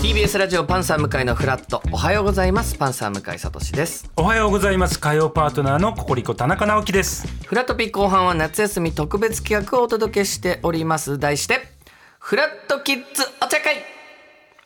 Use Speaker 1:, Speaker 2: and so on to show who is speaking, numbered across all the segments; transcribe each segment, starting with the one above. Speaker 1: TBS ラジオパンサー向井のフラットおはようございますパンサー向井聡です
Speaker 2: おはようございます火曜パートナーのココリコ田中直樹です
Speaker 1: フラトピー後半は夏休み特別企画をお届けしております題してフラットキッズお茶会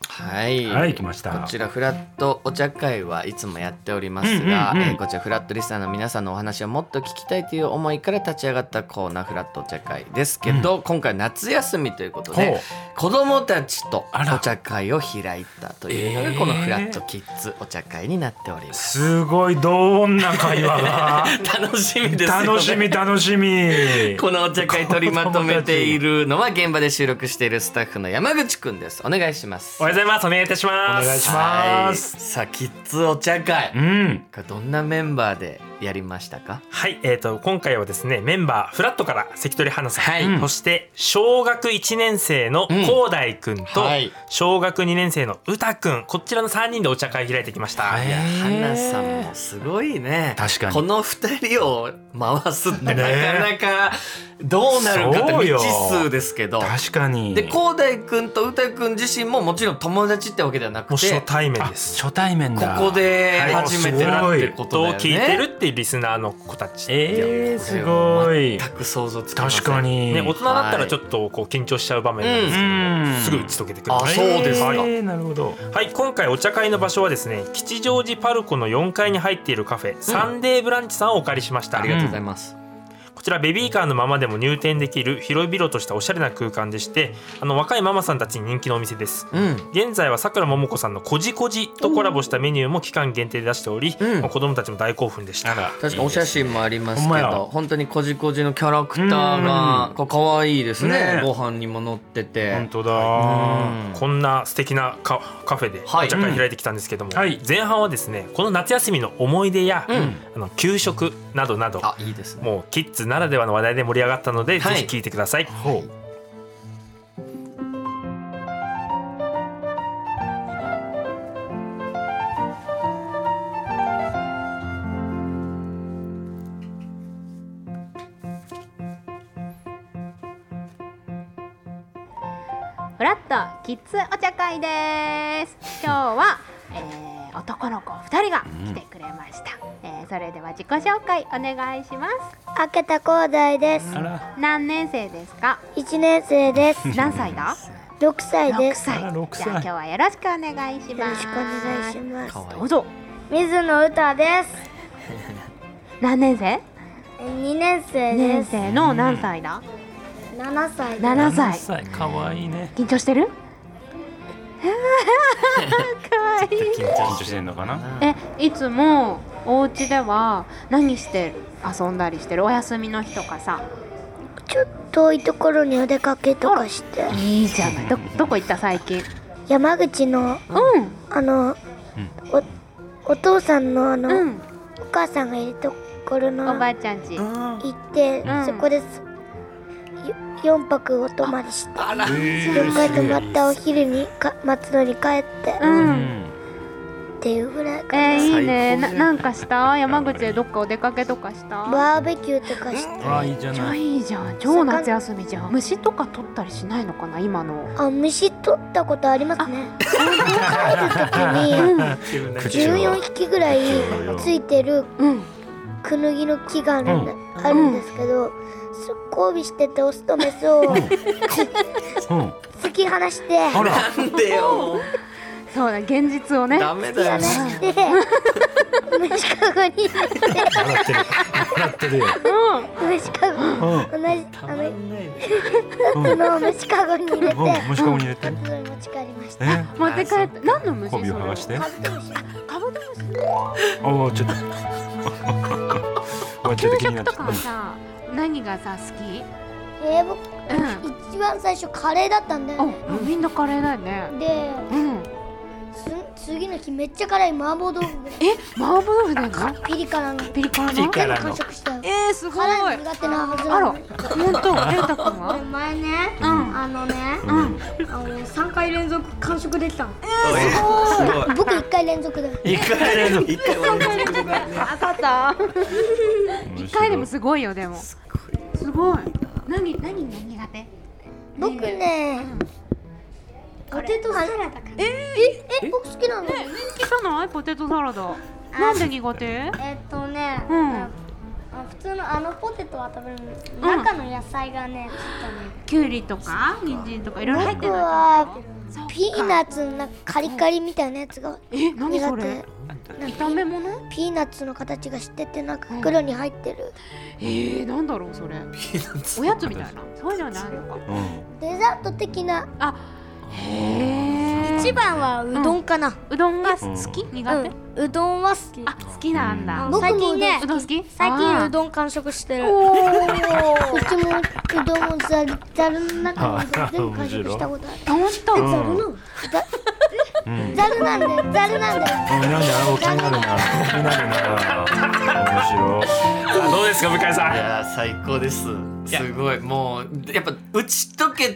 Speaker 1: はい、
Speaker 2: はい来ました
Speaker 1: こちらフラットお茶会はいつもやっておりますが、えーこちらフラットリスナーの皆さんのお話をもっと聞きたいという思いから立ち上がったコーナーフラットお茶会ですけど、今回夏休みということ
Speaker 2: ほ
Speaker 1: で
Speaker 2: う
Speaker 1: 子供たちと
Speaker 2: あら
Speaker 1: お茶会を開いたというのが、
Speaker 2: えー
Speaker 1: このフラットキッズお茶会になっております。
Speaker 2: すごいどんな会話が
Speaker 1: 楽しみですよね。
Speaker 2: 楽しみ楽しみ
Speaker 1: このお茶会取りまとめているのは現場で収録しているスタッフの山口くんです。お願いします。
Speaker 3: おはようございます。お願いいたします。
Speaker 2: お願いします
Speaker 1: はいさあ、キッズお茶会
Speaker 2: う。ん
Speaker 1: これどんなメンバーでやりましたか。
Speaker 3: はい、えっ、と今回はですね、メンバーフラットから関取花さん、
Speaker 1: はい
Speaker 3: そして小学1年生の
Speaker 1: うん
Speaker 3: 高大くんと、
Speaker 1: はい
Speaker 3: 小学2年生の歌くん、こちらの3人でお茶会開いてきました。
Speaker 1: いや、花さんもすごいね。
Speaker 2: 確かに
Speaker 1: この二人を回すってなかなかどうなるかって
Speaker 3: そう
Speaker 1: 未
Speaker 3: よ
Speaker 1: 知数ですけど。
Speaker 2: 確かに
Speaker 1: で、広大くんと歌くん自身ももちろん友達ってわけではな
Speaker 3: も
Speaker 1: く
Speaker 3: う初
Speaker 1: て。
Speaker 3: 対面
Speaker 2: あ
Speaker 3: です。
Speaker 2: 初対面
Speaker 1: こ
Speaker 2: だ
Speaker 1: こで
Speaker 3: はい
Speaker 1: 初めてだってこ
Speaker 3: ど
Speaker 1: と
Speaker 3: う
Speaker 1: だよね。
Speaker 3: 聞いてるっていうリスナーの子たち。
Speaker 2: えー、すごい
Speaker 1: 全く想像つきません
Speaker 2: 確かに、
Speaker 3: ね、大人だったらちょっとこう緊張しちゃう場面なんですけど、
Speaker 2: うん
Speaker 3: すぐ打ち解けてくれま
Speaker 1: あ
Speaker 3: し
Speaker 1: そ
Speaker 3: た
Speaker 1: うですか
Speaker 3: はい
Speaker 2: えー、なるほど
Speaker 3: はい今回お茶会の場所はですね吉祥寺パルコの4階に入っているカフェ、サンデーブランチさんをお借りしました
Speaker 1: ありがとうございます。
Speaker 3: こちらベビーカーのままでも入店できる広々としたおしゃれな空間でしてあの若いママさんたちに人気のお店です
Speaker 1: うん。
Speaker 3: 現在はさくらももこさんの「こじこじ」とコラボしたメニューも期間限定で出しており、
Speaker 1: うん
Speaker 3: まあ子供たちも大興奮でした
Speaker 2: あら
Speaker 1: 確かお写真もあります
Speaker 2: ほんま
Speaker 1: け
Speaker 2: や
Speaker 1: ど、本当にこじこじのキャラクターがこう可愛いですね。
Speaker 2: ね
Speaker 1: ご飯にも載って
Speaker 2: 本
Speaker 1: て。
Speaker 2: 当だ、
Speaker 1: うん
Speaker 3: こんな素敵なカカフェで
Speaker 1: はい
Speaker 3: お茶会開いてきたんですけども、
Speaker 2: うんはい
Speaker 3: 前半はですねこの夏休みの思い出や、
Speaker 1: うん
Speaker 3: あの給食などなど
Speaker 1: あ、いいですね。
Speaker 3: もうキッズならではの話題で盛り上がったので、
Speaker 1: はい
Speaker 3: ぜひ聞いてください。
Speaker 2: ほ
Speaker 4: フラットキッズお茶会です今日は、えー男の子2人が来てくれました、えーそれでは自己紹介お願いします
Speaker 5: 明けた光大です。
Speaker 2: うあら
Speaker 4: 何年生ですか
Speaker 5: 一年生です。
Speaker 4: 何歳だ
Speaker 5: 六歳
Speaker 4: 6
Speaker 5: です。
Speaker 4: 歳
Speaker 2: あら六歳
Speaker 4: じゃあ今日はよろしくお願いし
Speaker 5: よろ
Speaker 4: ま
Speaker 5: し
Speaker 4: す
Speaker 5: くお願いしま
Speaker 1: 可
Speaker 5: す。
Speaker 1: 愛
Speaker 4: どう
Speaker 1: い。
Speaker 4: ぞ
Speaker 5: 水野歌です。
Speaker 4: 何年生
Speaker 5: 二年生
Speaker 4: 二
Speaker 5: で
Speaker 4: 年
Speaker 5: す。
Speaker 4: 生の何歳だ
Speaker 5: 七歳です。
Speaker 4: 7歳
Speaker 2: 歳かわいい ね
Speaker 4: 緊張してる かわいい
Speaker 2: 緊張してんのかな
Speaker 4: えいつもお家では何して遊んだりしてるお休みの日とかさ
Speaker 5: ちょっと遠いところにお出かけとかして。
Speaker 4: いいじゃないどどこ行った最近
Speaker 5: 山口の、
Speaker 4: う
Speaker 5: あの、お、お父さんのあの、
Speaker 4: んうん
Speaker 5: お母さんがいるところ
Speaker 4: お
Speaker 5: の
Speaker 4: ば
Speaker 5: 行
Speaker 4: あちゃんち
Speaker 5: って、
Speaker 4: うん
Speaker 5: そこです。よ四泊お泊まりして、
Speaker 1: あら。
Speaker 5: 四回泊まったお昼にか松戸に帰って
Speaker 4: う
Speaker 5: っ
Speaker 2: うんん
Speaker 5: ていうぐらいか
Speaker 4: え
Speaker 5: な。
Speaker 4: ー、いいね
Speaker 1: 最高じゃ
Speaker 4: なんなんかした山口でどっかお出かけとかした
Speaker 5: バーベキューとかして。
Speaker 2: あいいじゃ
Speaker 4: じゃあ
Speaker 2: ない
Speaker 4: いいじゃん超夏休みじゃん虫とか取ったりしないのかな今の
Speaker 5: あ虫取ったことありますね。帰る時に
Speaker 2: 口を
Speaker 5: 14匹ぐらいついてる
Speaker 4: うん
Speaker 5: クヌギの木があるんだあるんですけど、そ交尾しててオスとメスを
Speaker 2: うん
Speaker 5: 突き放して
Speaker 2: あら
Speaker 1: なんでよ。
Speaker 4: そうだ現実をね
Speaker 1: ダメだよね。
Speaker 5: 放して虫かごに入れて
Speaker 2: 笑ってる笑ってるよ
Speaker 5: 虫かご
Speaker 2: うん
Speaker 5: 同じ
Speaker 1: た
Speaker 5: あ
Speaker 1: ま
Speaker 5: の
Speaker 1: んないね
Speaker 5: 一つの虫かごに入れて
Speaker 2: うん虫かごに入れて
Speaker 5: 松戸に持ち帰りました。
Speaker 2: え
Speaker 4: 持って帰って何の虫そ
Speaker 2: 媚
Speaker 4: れ
Speaker 2: びを剥がして
Speaker 5: カブトムシ
Speaker 4: カブトムシ
Speaker 2: おおちょっ とおいちょっと
Speaker 4: 給
Speaker 2: 気にな
Speaker 4: 食
Speaker 2: っ
Speaker 4: と
Speaker 2: ちゃ
Speaker 4: か
Speaker 2: っ
Speaker 4: はさ何がさ好き
Speaker 5: えー、僕
Speaker 4: う
Speaker 5: 一番最初カレーだったんだよね。
Speaker 4: ん、みんなカレーだよね。
Speaker 5: で
Speaker 4: うん、
Speaker 5: す次の日めっちゃ辛い麻婆豆腐
Speaker 4: え、麻婆豆腐だよな。
Speaker 5: ピリ辛の
Speaker 4: ピリ辛
Speaker 2: ピリ
Speaker 4: の。
Speaker 2: 辛
Speaker 5: 完食したよ
Speaker 4: えー、すごい。
Speaker 5: 辛い
Speaker 4: あ
Speaker 5: の苦手なはずな
Speaker 4: ら、
Speaker 5: の
Speaker 4: 本
Speaker 5: に
Speaker 4: 当、えうたくんは。
Speaker 5: 前ね、
Speaker 4: ん
Speaker 5: あのね、
Speaker 4: うん、うん、
Speaker 5: あの三回連続完食できたの。
Speaker 1: すごい。
Speaker 5: 僕一回連続だよ。
Speaker 1: 一回連続。一回連続。
Speaker 4: 赤た。
Speaker 2: た
Speaker 4: 一回でもすごいよ、でも。すごい。何、何が苦手。
Speaker 5: 僕ね、
Speaker 4: こ
Speaker 5: ポ
Speaker 4: れ
Speaker 5: テトサラダかええ僕好きなの
Speaker 4: ね人気じゃないポテトサラダなんで苦手
Speaker 6: えっとね、
Speaker 4: うん
Speaker 6: ああ普通のあのポテトは食べるんですけど、
Speaker 4: うん
Speaker 6: 中の野菜がねち
Speaker 4: き
Speaker 6: ょっ
Speaker 4: ゅうりとか人参とかいろいろ入って
Speaker 5: 僕
Speaker 4: るの
Speaker 5: は
Speaker 4: そうか
Speaker 5: ピーナッツのなんかカリカリみたいなやつが
Speaker 4: え何そ
Speaker 5: 苦
Speaker 4: れ
Speaker 5: 手
Speaker 4: 炒め物
Speaker 5: ピーナッツの形がしててなんか袋に入ってる
Speaker 4: えー、なんだろうそれおやつみたいなそうじゃないのか
Speaker 2: うん
Speaker 5: デザート的な
Speaker 4: あへえ
Speaker 6: とね一番はうどんかな、
Speaker 4: うどんが好き
Speaker 6: う
Speaker 4: 苦
Speaker 6: ん
Speaker 4: 手
Speaker 6: うどんは好き
Speaker 4: あ好きなんだ
Speaker 5: 僕も
Speaker 6: 最近ね
Speaker 4: うどん好き
Speaker 6: 最近う
Speaker 4: どん
Speaker 6: どん完食してる
Speaker 5: おおうちもうどんもざるざるの中に全部完食したことある
Speaker 4: 本当
Speaker 2: うん
Speaker 5: ざるのざ
Speaker 2: うん
Speaker 5: ざるなんだよざるなんだよ
Speaker 2: うん、なんであの気になるな気になるな面白
Speaker 3: あどうですか向井さ
Speaker 1: い
Speaker 3: ん
Speaker 1: やー最高ですすごいもうやっぱ打ち解け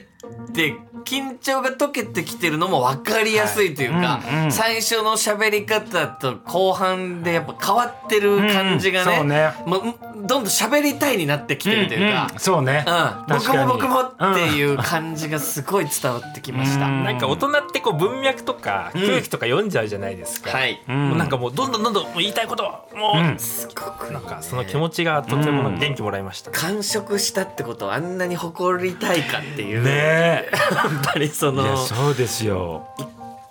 Speaker 1: て緊張が解けてきてるのも分かりやすいというか、
Speaker 2: はいうんうん
Speaker 1: 最初の喋り方と後半でやっぱ変わってる感じがね,、
Speaker 2: うんそうね
Speaker 1: もうんどんどん喋りたいになってきてるというか、
Speaker 2: うんうんそうね、
Speaker 1: うん
Speaker 2: 確かに
Speaker 1: 僕も僕もっていう感じがすごい伝わってきました。
Speaker 2: うん
Speaker 3: なんか大人ってこう文脈とか
Speaker 1: うん
Speaker 3: 空気とか読んじゃうじゃないですか、
Speaker 1: はい、
Speaker 2: うん
Speaker 3: もうなんかもうどんどんどんどんもう言いたいことをもう、
Speaker 2: うん
Speaker 1: すごく
Speaker 3: なんかその気持ちがとても元気もらいました、
Speaker 1: 完食したってことをあんなに誇りたいかっていう、
Speaker 2: ね
Speaker 1: やっぱりそ
Speaker 2: えい
Speaker 1: の
Speaker 2: やそうですよ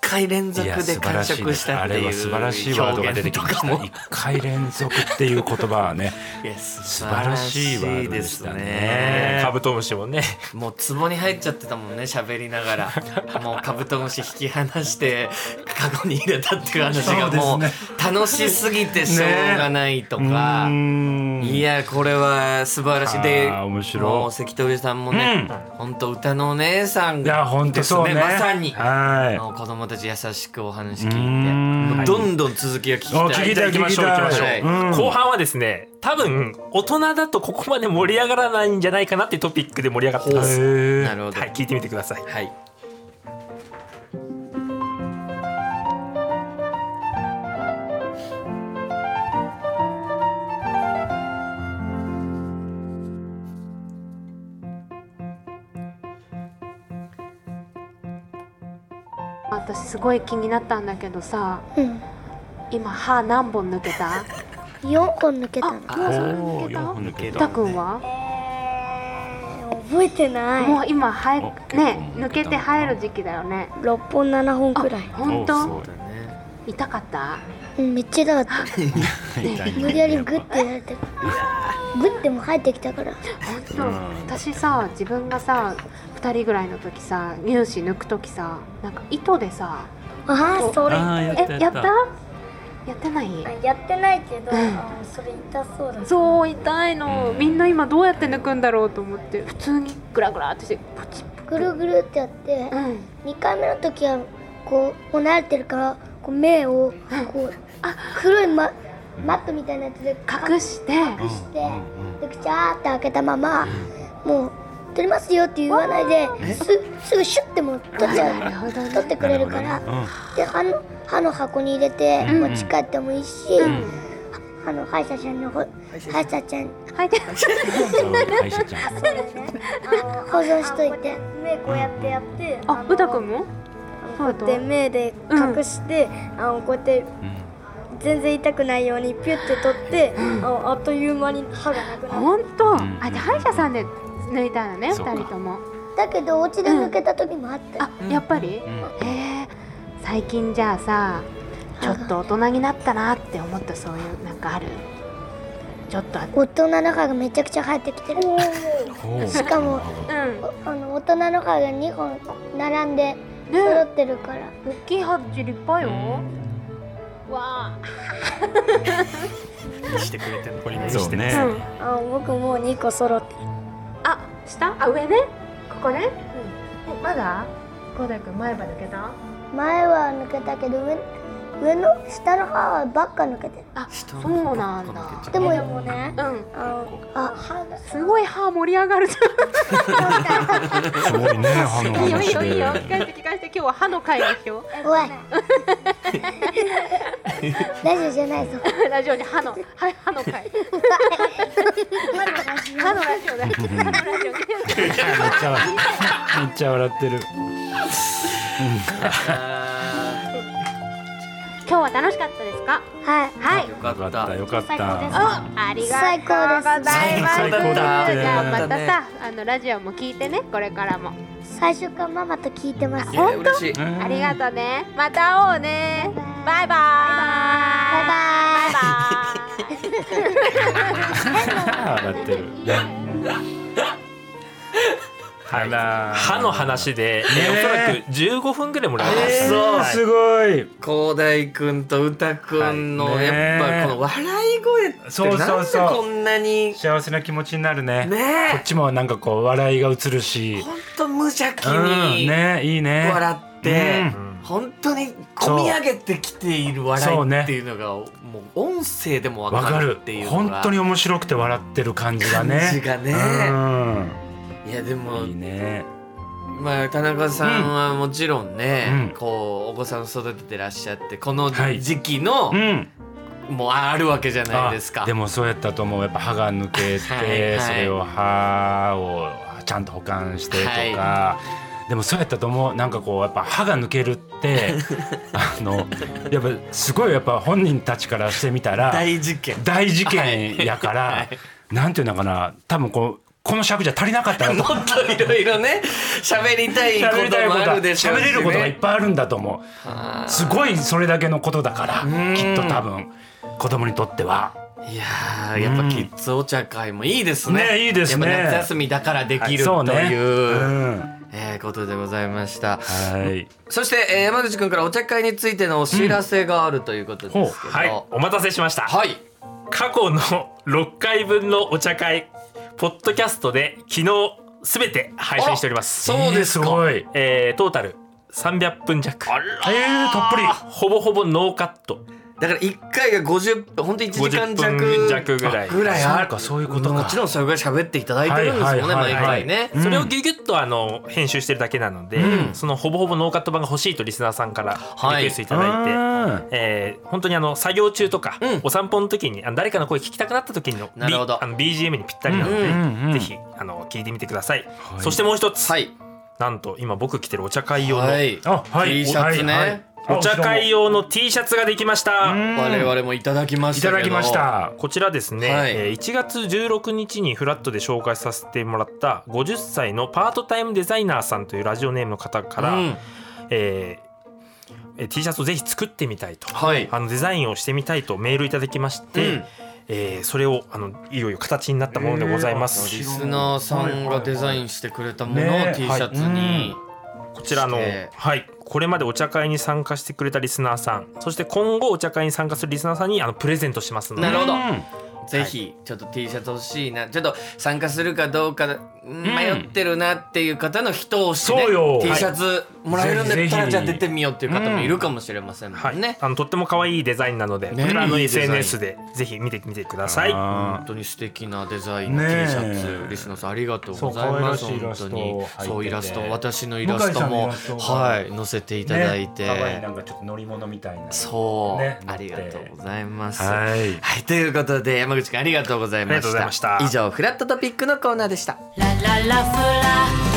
Speaker 1: 一回連続
Speaker 2: いや
Speaker 1: で
Speaker 2: 素晴ら
Speaker 1: 完
Speaker 2: しい
Speaker 1: 食
Speaker 2: で
Speaker 1: し
Speaker 2: す
Speaker 1: た
Speaker 2: あ
Speaker 1: って
Speaker 2: れは素晴らし
Speaker 1: い
Speaker 2: いうワードが
Speaker 1: 表
Speaker 2: 出
Speaker 1: 現
Speaker 2: て
Speaker 1: と
Speaker 2: きまし
Speaker 1: か
Speaker 2: た
Speaker 1: も
Speaker 2: 一回連続っていう言葉はね
Speaker 1: いや素
Speaker 2: 素晴らしいワードでしたね
Speaker 3: カブトムシもね
Speaker 1: もう壺に入っちゃってたもんね喋りながらもうカブトムシ引き離してカゴに入れたっていう話がも
Speaker 2: そううで
Speaker 1: 楽しすぎてしょ うがないと
Speaker 2: う
Speaker 1: か、
Speaker 2: ーん
Speaker 1: いやこれは素晴らしいで
Speaker 2: あー面白い
Speaker 1: もう関取さんもね、ほん、本当歌のお姉さん
Speaker 2: いや
Speaker 1: が
Speaker 2: 本当そうね
Speaker 1: ですまさに
Speaker 2: は
Speaker 1: もう子供たち優しくお話聞
Speaker 2: うー
Speaker 1: いて
Speaker 2: ん
Speaker 1: もうどんどん続きが聞きたい
Speaker 2: お聞きたい
Speaker 3: 行きましょう
Speaker 2: 聞
Speaker 3: 行
Speaker 2: き
Speaker 3: き
Speaker 2: たい
Speaker 3: ましょ
Speaker 2: う
Speaker 3: う、
Speaker 2: ん
Speaker 3: 後半はですね多分大人だとここまで盛り上がらないんじゃないかなっていうトピックで盛り上がって
Speaker 2: い
Speaker 3: ます、
Speaker 2: へえ
Speaker 1: なるほど
Speaker 3: はい聞いてみてください
Speaker 1: はい
Speaker 4: 私すごい気になったんだけどさ
Speaker 5: うん
Speaker 4: 今歯何本抜けた
Speaker 5: 四本抜けた
Speaker 4: あ
Speaker 5: の
Speaker 4: もうそれ抜
Speaker 2: ー
Speaker 4: け
Speaker 2: 四本抜け
Speaker 4: たた
Speaker 2: た
Speaker 4: くんは
Speaker 5: 覚えてな
Speaker 4: もう今生えね
Speaker 2: お
Speaker 4: 抜けて生える時期だよね
Speaker 5: 六本七本くらい
Speaker 4: 本
Speaker 2: おそ
Speaker 4: 当
Speaker 2: うだね
Speaker 4: 痛かった
Speaker 5: うんめっちゃ痛かった無理やりグッてやられてグッても生えてきたから
Speaker 4: 本当私さ自分がさ2人ぐらいの時さ乳歯抜く時さなんか糸でさ
Speaker 5: ああそれ
Speaker 2: あーや
Speaker 4: えやったやってない
Speaker 6: やってないけど、
Speaker 4: うん
Speaker 6: あそれ痛そうだ
Speaker 4: そう痛いのみんな今どうやって抜くんだろうと思って普通にグラグラってしてポチッ
Speaker 5: ぐるぐるってやって
Speaker 4: うん
Speaker 5: 二回目の時はこうもう慣れてるからこう目をこう黒いまマットみたいなやつで
Speaker 4: 隠して
Speaker 5: 隠してで口あーって開けたままもう取りますよって言わないですすぐシュッてもう取っち
Speaker 4: なる
Speaker 5: ゃ
Speaker 4: ほ
Speaker 5: う
Speaker 4: どね
Speaker 5: 取ってくれるからで歯の歯の箱に入れて持ち帰ってもいいし、あの歯医者さんのほ歯医者ちゃん
Speaker 4: はいで
Speaker 2: 歯医者ちゃ ん
Speaker 5: 保存しといて
Speaker 6: 目こうやってやって
Speaker 4: あうたくんもそうだと
Speaker 6: で目で隠して、あのこうやって全然痛くないようにピュッて取って、あのあっという間に歯がなくなる
Speaker 4: 本当
Speaker 2: ん
Speaker 4: あで歯医者さんで抜いたのね
Speaker 2: そうか
Speaker 4: 2人とも
Speaker 5: だけどお家で抜けた時もあったよ
Speaker 4: あやっぱりへえ最近じゃあさちょっと大人になったなって思ったそういうなんかあるちょっとあ
Speaker 5: 大人の歯がめちゃくちゃ生えてきてる
Speaker 2: うん
Speaker 5: しかも
Speaker 4: うん
Speaker 5: おあの大人の歯が2本並んで揃
Speaker 4: ね
Speaker 5: ってるから
Speaker 4: 大きい歯立ち立派よわ
Speaker 1: してくれてる
Speaker 3: これ見
Speaker 2: そう
Speaker 4: あう
Speaker 2: ね
Speaker 4: ん
Speaker 6: あ僕もう2個揃って
Speaker 4: あ下あ上ねここねうんまだ五代くん前歯抜けた
Speaker 5: 前は抜けたけど上上の下の歯はばっか抜けてる
Speaker 4: あ
Speaker 1: 下
Speaker 4: そ
Speaker 1: の方
Speaker 4: うなんだ
Speaker 5: でも
Speaker 6: ね
Speaker 4: うん
Speaker 6: あの
Speaker 5: あ
Speaker 6: 歯が
Speaker 4: すごい歯盛り上がるじ
Speaker 2: すごいね歯の
Speaker 4: ゃんいいよい
Speaker 2: 話
Speaker 4: いよいいよ
Speaker 2: で
Speaker 4: 聞かせて聞かせて今日は歯の会でしょ
Speaker 5: おい大丈夫じゃないぞ
Speaker 4: ラジオで歯の歯歯の会歯のラジ オだ歯のラジオで
Speaker 2: めっちゃめっちゃ笑ってる
Speaker 4: 今日は楽しかったですか
Speaker 5: はい。
Speaker 4: はい
Speaker 1: よか
Speaker 2: よ
Speaker 1: った
Speaker 2: かったよかっ
Speaker 4: 最高で
Speaker 2: た
Speaker 4: すありが
Speaker 5: 最
Speaker 4: とうござ
Speaker 5: 高
Speaker 4: い
Speaker 5: で。
Speaker 4: ます
Speaker 2: 最高
Speaker 4: じ
Speaker 2: だ
Speaker 4: ゃあまたさあのラジオも聞いてねこれからも
Speaker 5: 最初からママと聞いてます。
Speaker 1: い
Speaker 5: バイ
Speaker 1: や嬉しい
Speaker 2: うん
Speaker 4: ありがとうねまた会おうねバイバイ
Speaker 5: バイ。
Speaker 4: バイバイ
Speaker 2: 笑ってるあら
Speaker 3: 歯の話で、えーおそらく15分ぐらいもらいま
Speaker 1: え
Speaker 3: す。
Speaker 1: ー
Speaker 3: はい
Speaker 2: すごい
Speaker 1: 広大くんと歌くんの、
Speaker 2: はいね
Speaker 1: やっぱこの笑い声って
Speaker 2: そうそうそう
Speaker 1: なんでこんなにね
Speaker 2: 幸せな気持ちになるねこ
Speaker 1: え
Speaker 2: っちもなんかこう笑いが映るし
Speaker 1: 本当無邪気
Speaker 2: うん
Speaker 1: に
Speaker 2: ねいいね
Speaker 1: 笑って、
Speaker 2: うん
Speaker 3: うん
Speaker 1: 本当に込み上げてきている
Speaker 2: そう
Speaker 1: 笑い
Speaker 2: ね
Speaker 1: っていうのがもう音声でもわ
Speaker 2: わ
Speaker 1: か
Speaker 2: か
Speaker 1: る
Speaker 2: る
Speaker 1: っていうのが
Speaker 2: 本当に面白くて笑ってる感じがね
Speaker 1: 感じがねいやで
Speaker 2: う
Speaker 1: も
Speaker 2: んいいね
Speaker 1: まあ田中さんはもちろんね、
Speaker 2: うん
Speaker 1: こうお子さんを育ててらっしゃってこの
Speaker 2: はい
Speaker 1: 時期の、
Speaker 2: うん
Speaker 1: もうあるわけじゃないですか
Speaker 2: あでもそうやったと思うやっぱ歯が抜けて
Speaker 1: はいはい
Speaker 2: それを歯をちゃんと保管してとか、
Speaker 1: は
Speaker 2: でもそうやったと思うなんかこうやっぱ歯が抜けるって あのやっぱすごいやっぱ本人たちからしてみたら
Speaker 1: 大事件
Speaker 2: 大事件やから、なんていうのかな多分こうこの尺じゃ足りなかったなと
Speaker 1: も っといろいろね喋りたいこ
Speaker 2: 喋りた
Speaker 1: と
Speaker 2: い
Speaker 1: も
Speaker 2: こと
Speaker 1: あ
Speaker 2: は
Speaker 1: るでしょう
Speaker 2: 喋
Speaker 1: し、ね、
Speaker 2: れることがいっぱいあるんだと思うすごいそれだけのことだから
Speaker 1: ん
Speaker 2: きっと多分子供にとってはい
Speaker 1: やーやっぱキッズお茶会もいいですね
Speaker 2: ねいいですね
Speaker 1: やっぱ夏休みだからできる
Speaker 2: そ
Speaker 1: と
Speaker 2: うね
Speaker 1: いう、
Speaker 2: うん
Speaker 1: えーことでございました
Speaker 2: はい
Speaker 1: そして、えー山口くんからお茶会についてのお知らせがあるということですけど、
Speaker 3: はい、お待たせしました。
Speaker 1: はい
Speaker 3: 過去の6回分のお茶会、ポッドキャストで昨日すべて配信しております。
Speaker 1: あそうですか
Speaker 2: えーごい
Speaker 3: えートータル300分弱。
Speaker 2: えー、たっぷり
Speaker 3: ほぼほぼノーカット。
Speaker 1: だから1回が50本当1時間
Speaker 3: 50
Speaker 1: 弱
Speaker 3: 分弱ぐらい
Speaker 1: ぐらいある
Speaker 2: そうかそういうことか
Speaker 1: もちろんそれぐらい喋っていただいてるんですもんね、
Speaker 2: はいはいはいはい
Speaker 1: 毎回ね、
Speaker 2: うん
Speaker 3: それをギュギュッとあの編集してるだけなので、そのほぼほぼノーカット版が欲しいとリスナーさんからリクエストいただいて、
Speaker 2: うん
Speaker 3: えー本当にあの作業中とか、
Speaker 1: うん
Speaker 3: お散歩の時にあの誰かの声聞きたくなった時の
Speaker 1: なるほど
Speaker 3: B- あの BGM にぴったりなので、
Speaker 2: うんうん
Speaker 3: ぜひあの聞いてみてください、
Speaker 2: い
Speaker 3: そしてもう一つ、
Speaker 1: はい
Speaker 3: なんと今僕着てるお茶会用の、
Speaker 1: はい
Speaker 2: あは
Speaker 1: T
Speaker 2: い
Speaker 1: シャツね、
Speaker 2: はいはい
Speaker 3: お茶会用の T シャツができました、
Speaker 2: うん
Speaker 1: 我々もいただきまし
Speaker 2: い
Speaker 1: た
Speaker 2: た
Speaker 1: けど
Speaker 2: だきました
Speaker 3: こちらですね、
Speaker 1: はい
Speaker 3: えー1月16日にフラットで紹介させてもらった50歳のパートタイムデザイナーさんというラジオネームの方から、
Speaker 1: うん
Speaker 3: えーえー T シャツをぜひ作ってみたいと、
Speaker 1: はい
Speaker 3: あのデザインをしてみたいとメールいただきまして、
Speaker 1: うん
Speaker 3: えーそれをあのいよいよ形になったものでございます、
Speaker 1: リスナーさんがデザインしてくれたものを
Speaker 2: ね
Speaker 1: T シャツに、
Speaker 3: こちらの、
Speaker 1: して
Speaker 3: はい、これまでお茶会に参加してくれたリスナーさんそして今後お茶会に参加するリスナーさんにあのプレゼントしますので
Speaker 1: なるほど
Speaker 2: うん
Speaker 1: ぜひちょっと T シャツ欲しいなちょっと参加するかどうかうん迷ってるなっていう方の人をして、ね
Speaker 2: そうよ
Speaker 1: T シャツもらえるんだ
Speaker 2: ぜ
Speaker 1: っ
Speaker 2: ひ
Speaker 1: た
Speaker 2: ぜ
Speaker 1: ら
Speaker 2: ひ
Speaker 1: じゃあ出てみようっていう方もいるかもしれませんも
Speaker 3: はい
Speaker 1: んね。
Speaker 3: あのとっても可愛いデザインなので、
Speaker 1: ね
Speaker 3: こちらの
Speaker 1: いいデザイン
Speaker 3: SNS でぜひ見てみてください。
Speaker 1: 本
Speaker 2: あ
Speaker 1: 当に素敵なデザインの T シ
Speaker 2: ねえ
Speaker 1: ャツ、リスナーさんありがとうございます。
Speaker 2: そう可愛ら
Speaker 1: 本
Speaker 2: し
Speaker 1: 当
Speaker 2: い
Speaker 1: に
Speaker 2: イラストを描いてて
Speaker 1: そうイラスト、私のイラストも
Speaker 2: 向井さんのイラストが
Speaker 1: はい載せてい
Speaker 2: ー
Speaker 1: ただいて、
Speaker 2: ね可愛いなんかちょっと乗り物みたいな
Speaker 1: そう、
Speaker 2: ね
Speaker 1: ありがとうございます。
Speaker 2: はい
Speaker 1: はい、ということで山口くんありがとうございま
Speaker 3: ありがとうございま
Speaker 1: し
Speaker 3: した
Speaker 1: た。以上フラットトピックのコーナーでした。
Speaker 7: La la la fla,